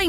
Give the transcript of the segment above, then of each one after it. hay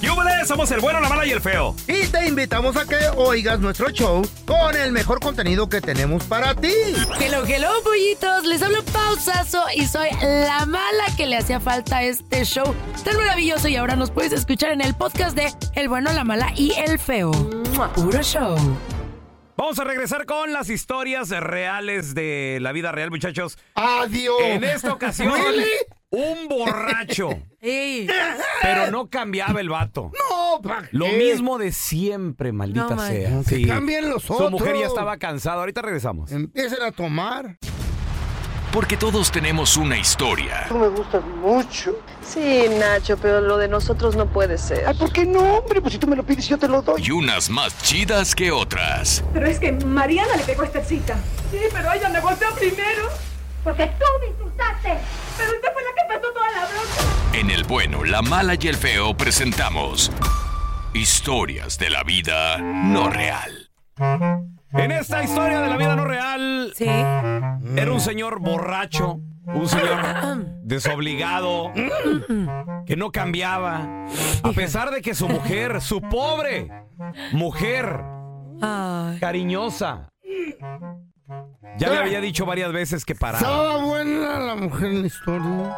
¡Yúbele! Somos el bueno, la mala y el feo. Y te invitamos a que oigas nuestro show con el mejor contenido que tenemos para ti. Hello, hello, pollitos. Les hablo pausazo y soy la mala que le hacía falta a este show tan maravilloso. Y ahora nos puedes escuchar en el podcast de El bueno, la mala y el feo. ¡Mua! Puro show. Vamos a regresar con las historias reales de la vida real, muchachos. Adiós. Oh. En esta ocasión, ¿Really? un borracho, Ey, pero no cambiaba el vato. No, Oh, ¿pa' Lo Eh. qué? mismo de siempre, maldita No, man. sea. Que Sí. cambien los Su otros. mujer ya estaba cansada. Ahorita regresamos. Empiecen a tomar. Porque todos tenemos una historia. Tú me gustas mucho. Sí, Nacho, pero lo de nosotros no puede ser. Ay, ¿por qué no, hombre? Pues si tú me lo pides, yo te lo doy. Y unas más chidas que otras. Pero es que Mariana le pegó esta cita. Sí, pero ella me golpeó primero. Porque tú me insultaste. Pero usted fue la que pasó toda la bronca. En El Bueno, la Mala y el Feo presentamos Historias de la Vida No Real. En esta historia de la vida no real, sí. era un señor borracho, un señor desobligado, que no cambiaba. A pesar de que su mujer, su pobre mujer Ay, cariñosa, ya le había dicho varias veces que parara. Estaba buena la mujer en la historia.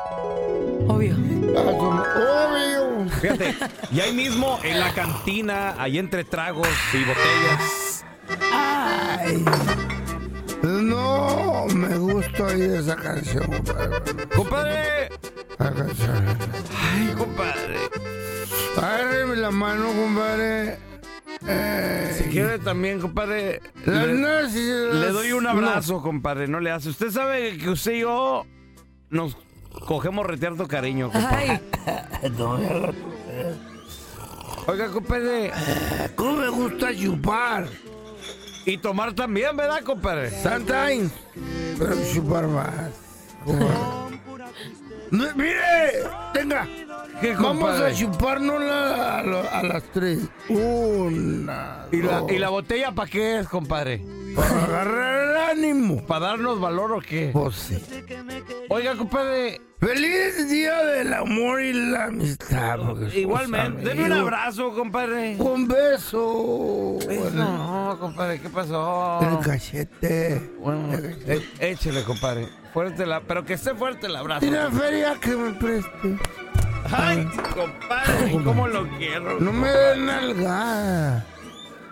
obvio. Estaba Obvio. Fíjate, y ahí mismo en la cantina, ahí entre tragos y botellas. No me gusta oír esa canción, compadre. Compadre, Esa canción. ay, compadre. Agárreme la mano, compadre. Eh, Si quiere también, compadre. las le- narcisas- Le doy un abrazo, compadre, no le hace. Usted sabe que usted y yo nos cogemos retierto cariño, compadre. Ay, Oiga, compadre, No, ¿Cómo me gusta chupar? y tomar también, ¿verdad, compadre? Sometimes. Pero chupar más. compadre. No, ¡Mire! ¡Tenga! ¿Qué, Vamos a compadre? chuparnos la- a, lo- a las tres. Una. ¿Y la, dos. y la botella para qué es, compadre? Para agarrar el ánimo. ¿Para darnos valor o qué? Pues sí. Oiga, compadre, Feliz día del amor y la amistad. porque somos igualmente, denme un amigos. abrazo, compadre. Un beso. en el- Pues, No, compadre, ¿qué pasó? En el cachete. Bueno, En el cachete. eh, échele, compadre. Fuerte la, pero que esté fuerte el abrazo. Tiene feria que me preste. Ay, compadre, cómo lo quiero. No me den nalgada.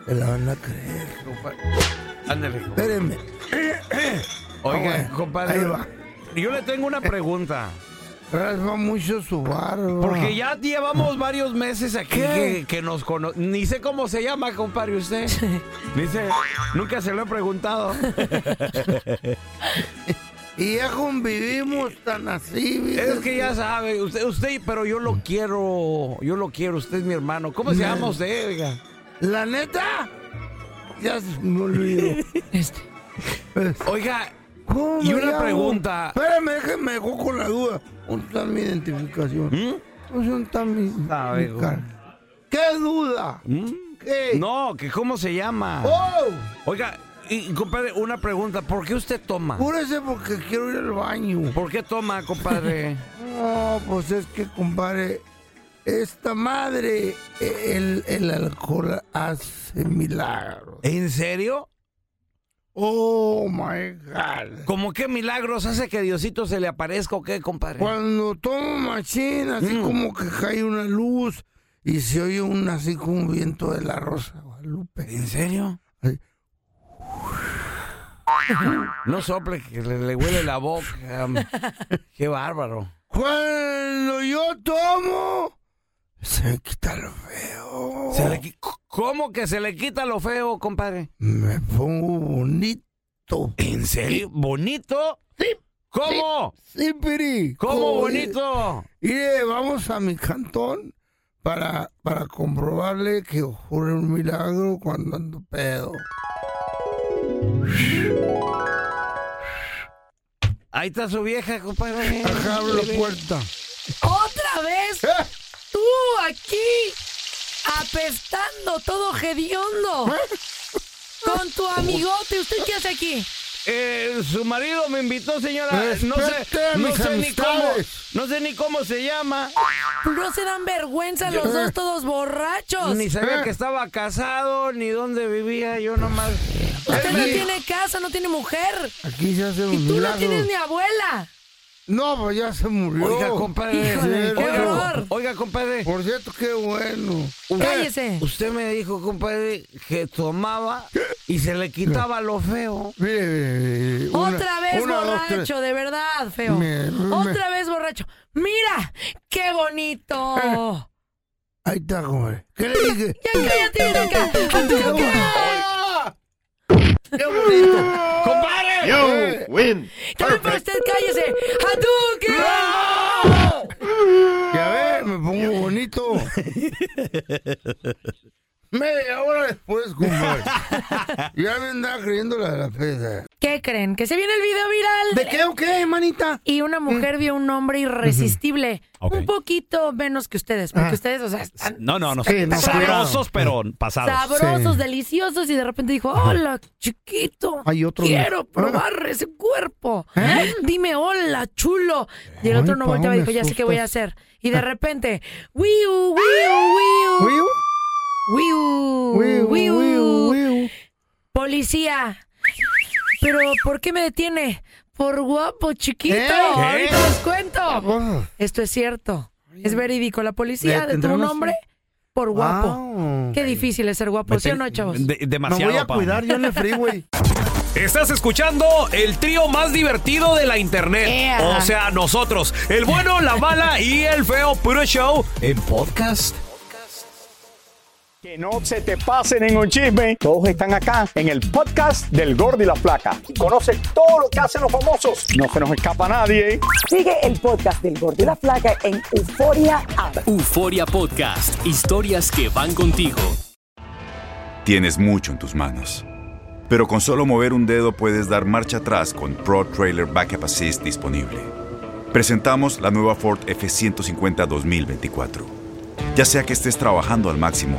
Te la van a creer. Ándale, compadre. Espérenme. Oiga, Oiga, compadre. ahí va. Yo le tengo una pregunta. Raspa mucho su barba. Porque ya llevamos varios meses aquí ¿Qué? que, que nos cono... Ni sé cómo se llama, compadre, usted. Dice, nunca se lo he preguntado. Y ya convivimos tan así. Es ¿viste? que ya sabe, usted, usted, pero yo lo quiero, yo lo quiero, usted es mi hermano. ¿Cómo se llama usted, oiga? La neta. Ya se me olvidó. este, Oiga, ¿Cómo Y me una llamo? pregunta. ¿Mm? Espérame, déjame, me dejó con la duda. ¿Dónde está mi identificación? Pues ¿dónde está mi- mi cara? ¿Qué duda? ¿Mm? No, que cómo se llama. ¡Oh! Oiga, y, compadre, una pregunta. ¿Por qué usted toma? Apúrese porque quiero ir al baño. ¿Por qué toma, compadre? No, pues es que, compadre, esta madre, e-, el, el alcohol hace milagros. ¿En serio? Oh my God. ¿Cómo qué milagros hace que Diosito se le aparezca o qué, compadre? Cuando tomo machín, así Mm. como que cae una luz y se oye un así como un viento de la rosa, Guadalupe. ¿En serio? No sople, que le, le huele la boca. qué bárbaro. Cuando yo tomo, se me quita lo feo. Se le qui- ¿Cómo que se le quita lo feo, compadre? Me pongo bonito. ¿En serio? ¿Bonito? Sí. ¿Cómo? Sí, sí, Piri. ¿Cómo Oye, bonito? Mire, vamos a mi cantón para, para comprobarle que ocurre un milagro cuando ando pedo. Ahí está su vieja, compadre. Acá abro la puerta. ¿Otra vez? ¡Tú aquí! Apestando todo hediondo. Con tu amigote, ¿usted qué hace aquí? Eh, su marido me invitó, señora. No Respete sé, a no mis sé ni cómo. amistades. No sé ni cómo se llama. No se dan vergüenza los dos todos borrachos. Ni Ah. sabía que estaba casado, ni dónde vivía, yo nomás. Usted no tiene casa, no tiene mujer. Aquí se hace un Tú no milagro. tienes ni abuela. No, pues ya se murió. Oiga, compadre. Sí, oiga, pero- com- oiga, compadre. Por cierto, qué bueno. Cállese. Usted me dijo, compadre, que tomaba y se le quitaba lo feo. Mire, mire, mire, una- Otra vez una, dos, tres. borracho, de verdad, feo. Me- me- Otra vez borracho. Mira, qué bonito. Ahí está, compadre. ¿Qué le dije? Ya cállate, Itoca. Itoca. ¡Qué bonito! ¡Compadre! Eh, También para usted, cállese. ¡Hadouken! Ya ve, me pongo bonito. Media hora después, compadre. Ya me andaba creyendo la de la peda. ¿Qué creen? Que se viene el video viral. ¿De qué Mm. o qué, manita? Y una mujer vio un hombre irresistible. Ok. Un poquito menos que ustedes, porque Ah. ustedes, o sea, están No, no, no. Sí, sabrosos, no, cuidado. pero pasados. sabrosos, deliciosos, y de repente dijo, hola, chiquito. Hay otro- Quiero probar ese cuerpo. Dime, hola, chulo. Y el Ay, otro no Pao, volteaba y me dijo, ya sé qué asustas. voy a hacer. Y de repente, wiu, wiu, wiu. Wiu, Wiu, wiu. wiu, wiu. Policía. Pero, ¿por qué me detiene? Por guapo, chiquito. ¿Eh? ¿Qué? Ahorita les cuento. Ah. Esto es cierto. Es verídico. La policía Le detuvo a un tendremos- hombre por guapo. Wow. Qué difícil es ser guapo, ¿sí o no, chavos? demasiado, Me voy a Pao. cuidar yo en el freeway. Estás escuchando el trío más divertido de la internet. Ea. O sea, nosotros, el bueno, la mala y el feo puro show en podcast. Que no se te pase ningún chisme. Todos están acá en el podcast del Gordi y la Flaca. Conoce todo lo que hacen los famosos. No se nos escapa nadie. Sigue el podcast del Gordo y la Flaca en Euforia App. Euforia Podcast, historias que van contigo. Tienes mucho en tus manos. Pero con solo mover un dedo puedes dar marcha atrás con Pro Trailer Backup Assist disponible. Presentamos la nueva Ford F150 2024. Ya sea que estés trabajando al máximo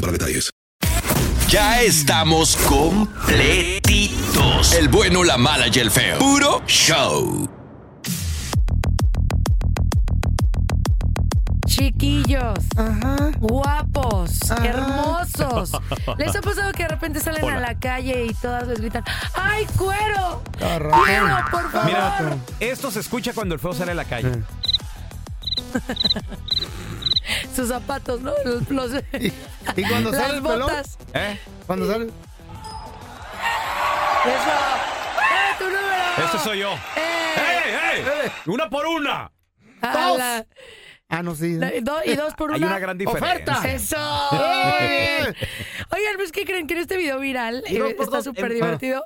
para detalles. Ya estamos completitos. El bueno, la mala y el feo. Puro show. Chiquillos, guapos, hermosos. ¿Les ha pasado que de repente salen Hola. a la calle y todas les gritan, ¡ay, cuero! ¡Cuero, por favor! Mira, esto se escucha cuando el feo sale a la calle. Sus zapatos, ¿no? Los, los- y cuando las sale el pelón? botas. ¿Eh? Cuando sale. Eso. ¡Eh, tu número! Ese soy yo. ¡Ey, ey! ¡Una por una! ¡Dos! Ah, no, sí. Do- y dos por una. Hay una gran diferencia. ¡Oferta! ¡Eso! Muy bien. Oigan, pues, ¿qué creen? Que en este video viral Y eh, dos por está dos, súper em- divertido.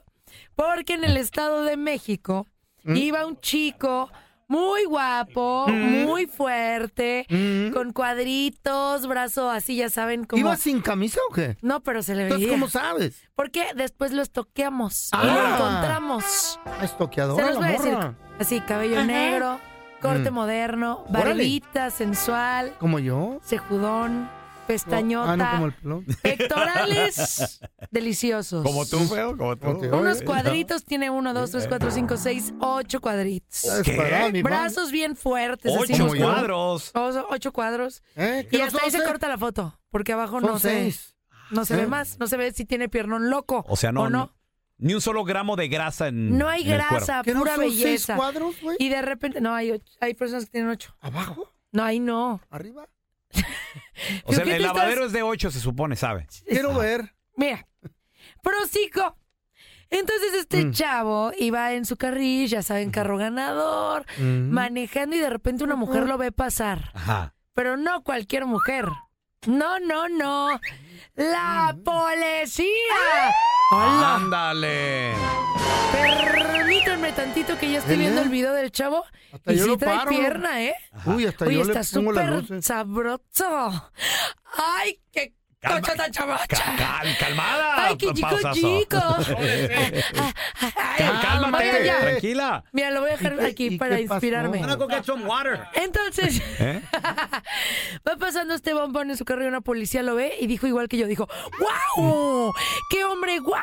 Porque en el Estado de México iba un chico muy guapo, muy fuerte, con cuadritos, brazo así, ya saben, como... ¿Iba sin camisa o qué? No, pero se le veía. Entonces, ¿cómo sabes? Porque después los toqueamos y Ah. lo encontramos. Es Se toqueadora los la voy a decir morra. así, cabello Ajá. negro, corte Mm. moderno, Órale. barbita sensual, ¿Como yo? cejudón, Ah, no, pestañota, como el pelón. pectorales deliciosos. Como tú, feo, como tú. Unos cuadritos, tiene uno, dos, tres, cuatro, cinco, seis, ocho cuadritos. ¿Qué? Brazos bien fuertes. así Ocho los- cuadros. Ocho, ocho cuadros. ¿Eh? ¿Qué Y no hasta son ahí se seis? corta la foto, porque abajo Son no se, seis. Ah, no se Sí. ve más, no se ve si tiene piernón loco O sea, no, no. Ni un solo gramo de grasa en. No hay en el grasa, cuerpo. pura son seis belleza. cuadros, y de repente, no, hay, ocho- hay personas que tienen ocho. ¿Abajo? No, ahí no. ¿Arriba? O sea, ¿Pero qué el te lavadero estás- es de 8, se supone, ¿sabe? Quiero ver. Mira, prosico. Entonces este Mm. chavo iba en su carril, ya saben, carro ganador, Mm. manejando y de repente una mujer lo ve pasar. Ajá. Pero no cualquier mujer. No, no, no. La Mm. policía. Hola. ¡Ándale! Permítanme tantito que ya estoy ¿Eh? viendo el video del chavo. Hasta y yo sí lo trae paro. pierna, ¿eh? Uy, hasta Oye, yo le está pongo las súper luces. sabroso. ¡Ay, qué cocha tan chavacha! calmada. ¡Ay, qué chico, pausazo. chico! Ah, Cal- cálmate, Oigan, ya. tranquila. Mira, lo voy a dejar aquí para inspirarme. Entonces, ¿Eh? va pasando este bombón en su carro y una policía lo ve y dijo igual que yo, dijo, ¡guau! ¡Qué hombre, guau!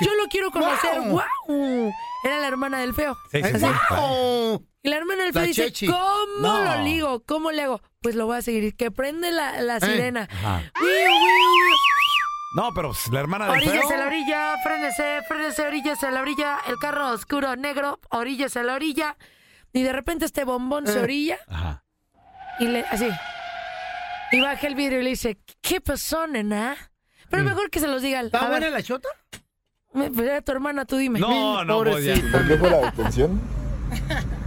Yo lo quiero conocer, ¡Guau! guau. Era la hermana del feo. Sí, sí, Así. sí. ¡Guau! Y la hermana del La feo dice, Chechi. ¿cómo No. lo ligo? ¿Cómo le hago? Pues lo voy a seguir. Que prende la, la Eh. sirena. Ajá. ¡Wiu, wiu, wiu! No, pero pues, la hermana del Orillas feo. a la orilla, frénese, frénese, orillas a la orilla, el carro oscuro, negro, orillas a la orilla. Y de repente este bombón se orilla Ajá. y le, así. Y baja el vidrio y le dice, ¿qué pasó, nena? Pero Mm. mejor que se los diga. ¿Está buena la chota? Pues era tu hermana, tú dime. No, no, pues ya. ¿Por qué fue la detención?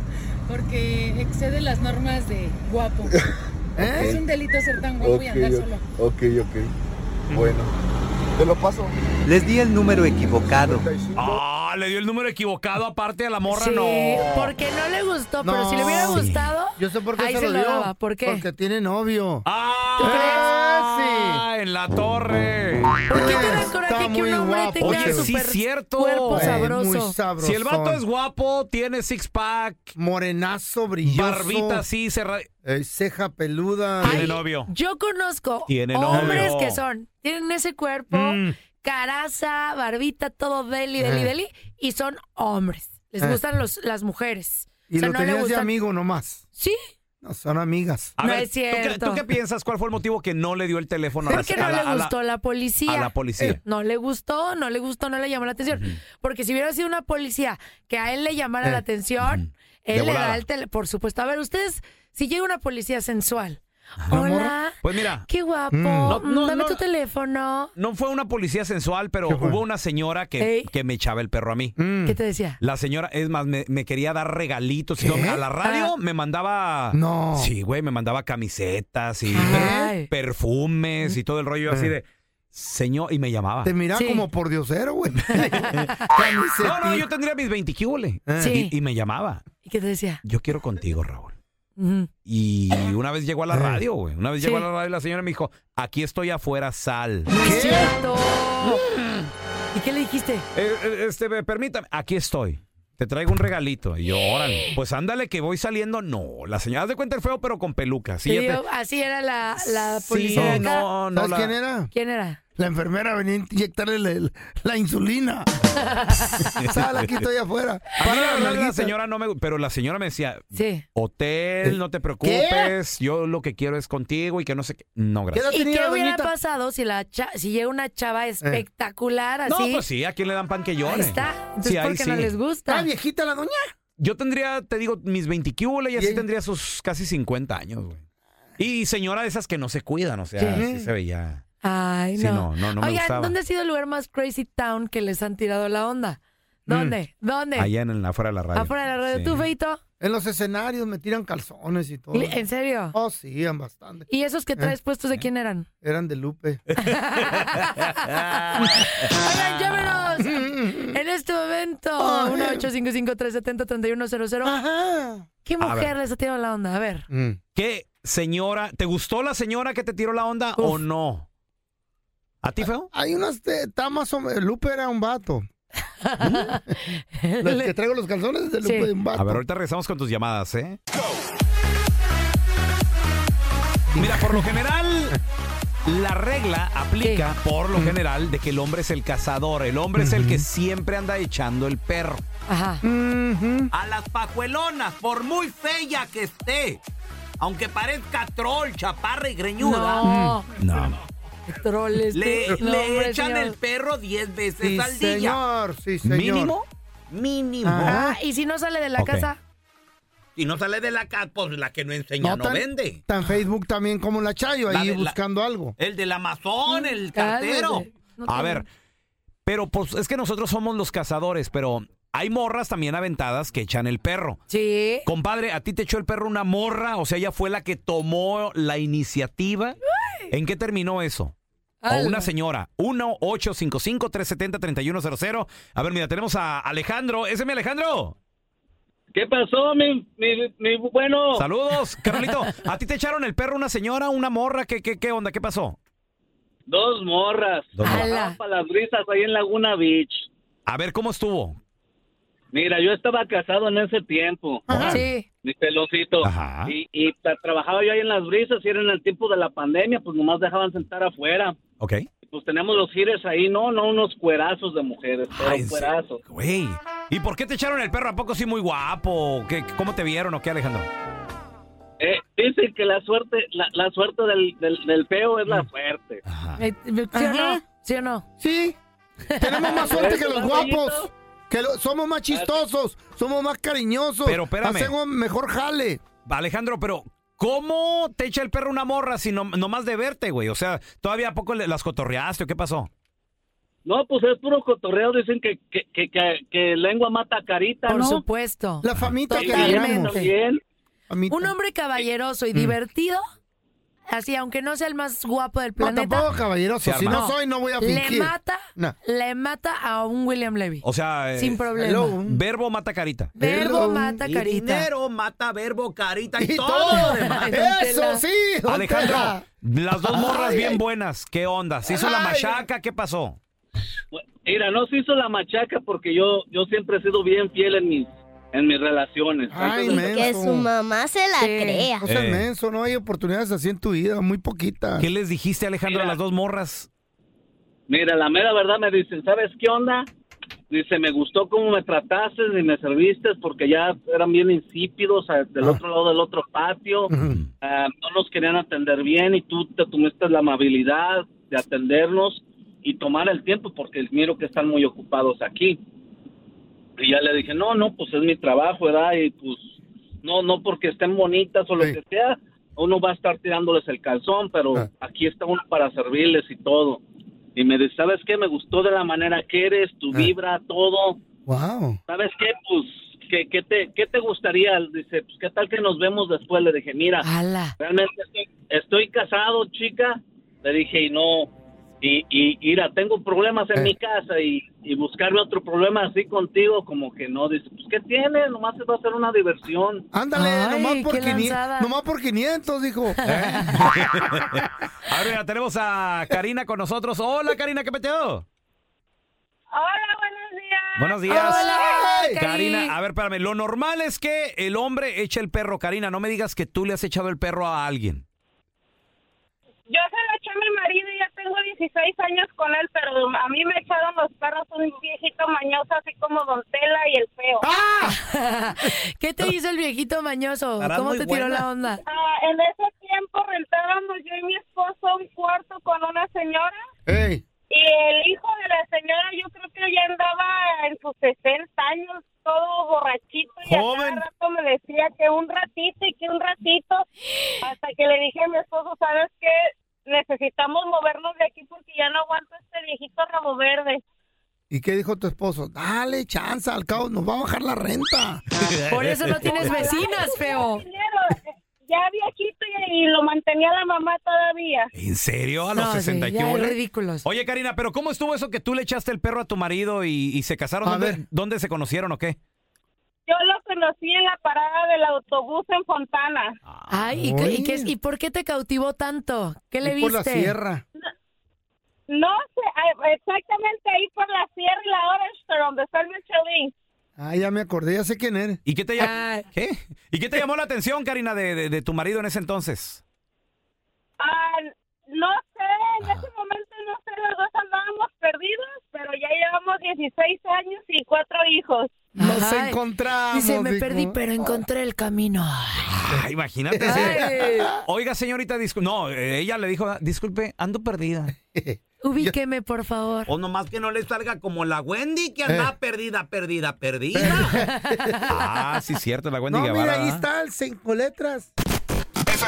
Porque excede las normas de guapo. ¿Eh? Es un delito ser tan guapo Ok, y andar ok, solo. ok, ok. Bueno, te lo paso. Les di el número equivocado. Ah, le dio el número equivocado aparte a la morra, Sí, no. porque no le gustó, pero si le hubiera No. gustado, Yo sé por qué ahí se, se lo lo dio. daba. ¿Por qué? Porque tiene novio. ¡Ah, en la torre! ¿Por qué te da coraje Está que un muy hombre guapo, tenga Oye, sí, super cierto. cuerpo Eh, sabroso? muy sabroso. Si el vato es guapo, tiene six pack. Morenazo, brilloso. Barbita así, cerrada. eh, ceja peluda. Tiene novio. Yo conozco Tiene hombres novio. que son, tienen ese cuerpo, Mm. caraza, barbita, todo deli, deli, Eh. deli, y son hombres. Les Eh. gustan los, las mujeres. Y O sea, lo no le tenías de gustan- amigo nomás. Sí. No, son amigas. A No ver, es ¿tú qué- ¿tú, qué, cierto. piensas? ¿Cuál fue el motivo que no le dio el teléfono a la- Porque no a la- le a la- gustó la policía. a la policía. Eh, No le gustó, no le gustó, no le llamó la atención. Porque si hubiera sido una policía que a él le llamara Eh. la atención, De él le volada. da el teléfono. Por supuesto. A ver, ustedes, si llega una policía sensual Hola. Pues mira. Qué guapo. Mm. No, no, Mm, Dame no. tu teléfono. No fue una policía sensual, pero hubo una señora que, Ey. que me echaba el perro a mí. Mm. ¿Qué te decía? La señora, es más, me, me quería dar regalitos y todo. A la Ah. radio me mandaba. No. Sí, güey, me mandaba camisetas y Ah. per- perfumes y todo el rollo así de. Señor, y me llamaba. Te miraba como por diosero, güey. No, no, yo tendría mis 20 quíbole. Eh, Sí. Y, y me llamaba. ¿Y qué te decía? Yo quiero contigo, Raúl. Ujú. Y una vez llegó a la radio, güey. Una vez llegó a Eh. Sí. la radio y la señora me dijo, aquí estoy afuera, sal. Cierto. Mm. ¿Y qué le dijiste? Eh, eh, este, ve, permítame, aquí estoy. Te traigo un regalito. Y yo, órale. Pues ándale, que voy saliendo. No, la señora haz de cuenta el feo, pero con peluca. Sí, Te ya te- digo, así era la, la policía. no, acá. no, no, ¿Sabes la- quién era? ¿Quién era? La enfermera venía a inyectarle la, la insulina. Sal, aquí estoy afuera. A mí la, verdad, la señora no me... gu- Pero la señora me decía, Sí. hotel, no te preocupes. Yo lo que quiero es contigo y que no sé qué. No, gracias. ¿Y qué hubiera pasado si la cha- si llega una chava espectacular Eh. No, así? pues sí, ¿a quién le dan pan que llore? Ahí está. Entonces, Sí, ahí ¿por qué no sí. les gusta? Ah, viejita la doña. Yo tendría, te digo, mis 20 y así tendría sus casi 50 años, güey. Y señora de esas que no se cuidan, o sea, Sí. sí se veía. Ay, no. Sí, no, no, no me Oigan, gustaba. ¿dónde ha sido el lugar más crazy town que les han tirado la onda? Mm. ¿Dónde? ¿Dónde? Allá en el- afuera de la radio. Afuera de la radio. Sí. ¿Tú, Feito? En los escenarios me tiran calzones y todo. ¿En serio? Oh, sí, eran bastante. ¿Y esos que traes Eh. puestos de quién eran? Eran de Lupe. Oigan, llámenos en este momento. 1-855-370-3100. ¿Qué Ah. A mujer ver. les ha tirado la onda? A ver. ¿Qué señora? ¿Te gustó la señora que te tiró la onda o no? ¿A ti, feo? Hay unas de, está más o menos. Lupe era un vato. los que traigo los calzones de Lupe de un vato. A ver, ahorita regresamos con tus llamadas, ¿eh? Mira, por lo general, la regla aplica, por Mm. lo general, de que el hombre es el cazador. El hombre es el que siempre anda echando el perro. Ajá. A las pajuelonas, por muy fea que esté, aunque parezca troll, chaparra y No. No. Troll este. No, hombre, señor. perro 10 veces Sí, señor, sí, señor. Mínimo, mínimo. Ah, y si no sale de la Ok. casa. Y no sale de la casa, pues la que no enseña No, tan, tan en Facebook también como la Chayo, La ahí de la- buscando algo. El del Amazon, el cartero. A ver, pero pues es que nosotros somos los cazadores, pero hay morras también aventadas que echan el perro. Sí. Compadre, ¿a ti te echó el perro una morra? O sea, ella fue la que tomó la iniciativa. ¿En qué terminó eso? O Algo. una señora. 1-855-370-3100. A ver, mira, tenemos a Alejandro. ¿Ese es mi Alejandro? ¿Qué pasó, mi, mi, mi bueno? Saludos, Carlito. ¿A ti te echaron el perro una señora, una morra? ¿Qué, qué, qué onda? ¿Qué pasó? Dos morras. Bajaban para las brisas ahí en Laguna Beach. A ver, ¿cómo estuvo? Mira, yo estaba casado en ese tiempo. Sí. Eh, Mi pelocito. Y, y tra- trabajaba yo ahí en las brisas y era en el tiempo de la pandemia, pues nomás dejaban sentar afuera. Ok. Y Pues tenemos los gires ahí, no, no, unos cuerazos de mujeres, pero Ay, en serio, cuerazos. Güey. ¿Y por qué te echaron el perro? ¿A poco sí muy guapo? ¿Qué, ¿Cómo te vieron o qué, Alejandro? Eh, dicen que la suerte, la, la suerte del, del, del feo es Mm. la fuerte. Eh, ¿Sí o no? ¿Sí o no? Sí. Tenemos más suerte que los Eso, guapos. Que lo- somos más chistosos, somos más cariñosos. Pero espérame. Hacemos mejor jale. Alejandro, pero ¿cómo te echa el perro una morra si no, nomás de verte, güey? O sea, ¿todavía a poco le- las cotorreaste o qué pasó? No, pues es puro cotorreo, dicen que, que, que, que- que lengua mata carita, Por ¿no? supuesto. La famita que agarramos. También. Un hombre caballeroso Mm. y divertido, así, aunque no sea el más guapo del No, planeta. tampoco caballeroso. Se Si no arma. soy, no voy a Le fingir. mata, No. le mata a un William Levy. O sea, eh, Sin problema. Hello. verbo mata carita. Verbo mata Y carita. dinero mata verbo carita Y todo. Ay, don Tela. don Alejandro, Tela. las dos morras Ay, ay. bien buenas, ¿qué onda? ¿Se hizo la Ay. machaca? ¿Qué pasó? Mira, no se hizo la machaca porque yo, yo siempre he sido bien fiel en mis, en mis relaciones. Ay, Antes de- Que Oh. su mamá se la crea. No seas Eh. menso, no hay oportunidades así en tu vida, muy poquitas. ¿Qué les dijiste, Alejandro, a las dos morras? Mira, la mera verdad me dicen, ¿sabes qué onda? Dice, me gustó cómo me trataste y me serviste porque ya eran bien insípidos a- del Ah. otro lado del otro patio. Ah, no nos querían atender bien y tú te tuviste la amabilidad de atendernos y tomar el tiempo porque miro que están muy ocupados aquí. Y ya le dije, no, no, pues es mi trabajo, ¿verdad? Y pues no, no porque estén bonitas o lo que sea, uno va a estar tirándoles el calzón, pero aquí está uno para servirles y todo. Y me dice, ¿sabes qué? Me gustó de la manera que eres, tu vibra, todo. Wow. ¿Sabes qué? Pues, ¿qué, qué te, qué te gustaría? Dice, pues, ¿qué tal que nos vemos después? Le dije, mira, realmente estoy, estoy casado, chica. Le dije, y no, y, y mira, tengo problemas en mi casa y, y buscarme otro problema así contigo, como que no. Dice, pues, ¿qué tiene? Nomás va a ser una diversión. Ándale, nomás, por 500, nomás por 500, dijo. Ahora ya tenemos a Karina con nosotros. Hola, Karina, ¿qué peteo? Hola, buenos días. Buenos días. Hola, Ay, Cari. Karina, a ver, espérame. Lo normal es que el hombre eche el perro. Karina, no me digas que tú le has echado el perro a alguien. Yo se lo eché a mi marido y ya tengo 16 años con él, pero a mí me echaron los perros un viejito mañoso así como Don Tela y el feo. ¿Qué te hizo el viejito mañoso? Estarás ¿Cómo muy te tiró buena. la onda? Ah, en ese tiempo rentábamos yo y mi esposo un cuarto con una señora y el hijo de la señora yo creo que ya andaba en sus 60 años todo borrachito y a cada rato me decía que un ratito y que un ratito hasta que le dije a mi esposo, ¿sabes qué? Necesitamos movernos de aquí porque ya no aguanto este viejito rabo verde. ¿Y qué dijo tu esposo? Dale, chanza, al cabo nos va a bajar la renta. Por eso no tienes vecinas, feo. Ya viejito y, y lo mantenía la mamá todavía. ¿En serio? ¿A los No, güey, 60 y ¿eh? ya, qué hubo? ridículos. Oye, Karina, ¿pero cómo estuvo eso que tú le echaste el perro a tu marido y, y se casaron? A ¿Dónde, ver. dónde se conocieron o qué? Yo lo conocí en la parada del autobús en Fontana. Ay, ¿y, qué- y qué- y por qué te cautivó tanto? ¿Qué le Y viste? por la sierra. No sé, ah, exactamente ahí por la Sierra y la Orange, pero donde está el Michelin. Ah, ya me acordé, ya sé quién eres. ¿Y qué te, llam- ¿Qué? ¿Y qué te llamó la atención, Karina, de, de- de tu marido en ese entonces? Ah, no sé, en ese momento no sé, los dos andábamos perdidos, pero ya llevamos 16 años y cuatro hijos. Nos encontramos. Dice, me dijo. perdí, pero encontré el camino. Ah, imagínate. sí. Oiga, señorita, disculpe. No, eh, ella le dijo, disculpe, ando perdida. Ubíqueme, por favor. O nomás que no le salga como la Wendy Eh. que andaba perdida, perdida, perdida. ah, sí, cierto, la Wendy No, mira, Guevara, ahí ¿verdad? está el cinco letras. Eso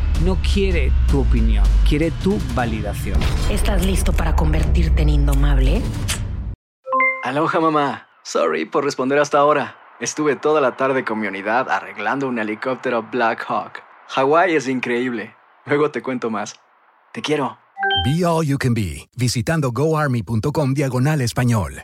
no quiere tu opinión, quiere tu validación. ¿Estás listo para convertirte en indomable? Aloha mamá. Sorry por responder hasta ahora. Estuve toda la tarde con mi unidad arreglando un helicóptero Black Hawk. Hawái es increíble. Luego te cuento más. Te quiero. Be All You Can Be, visitando goarmy.com diagonal español.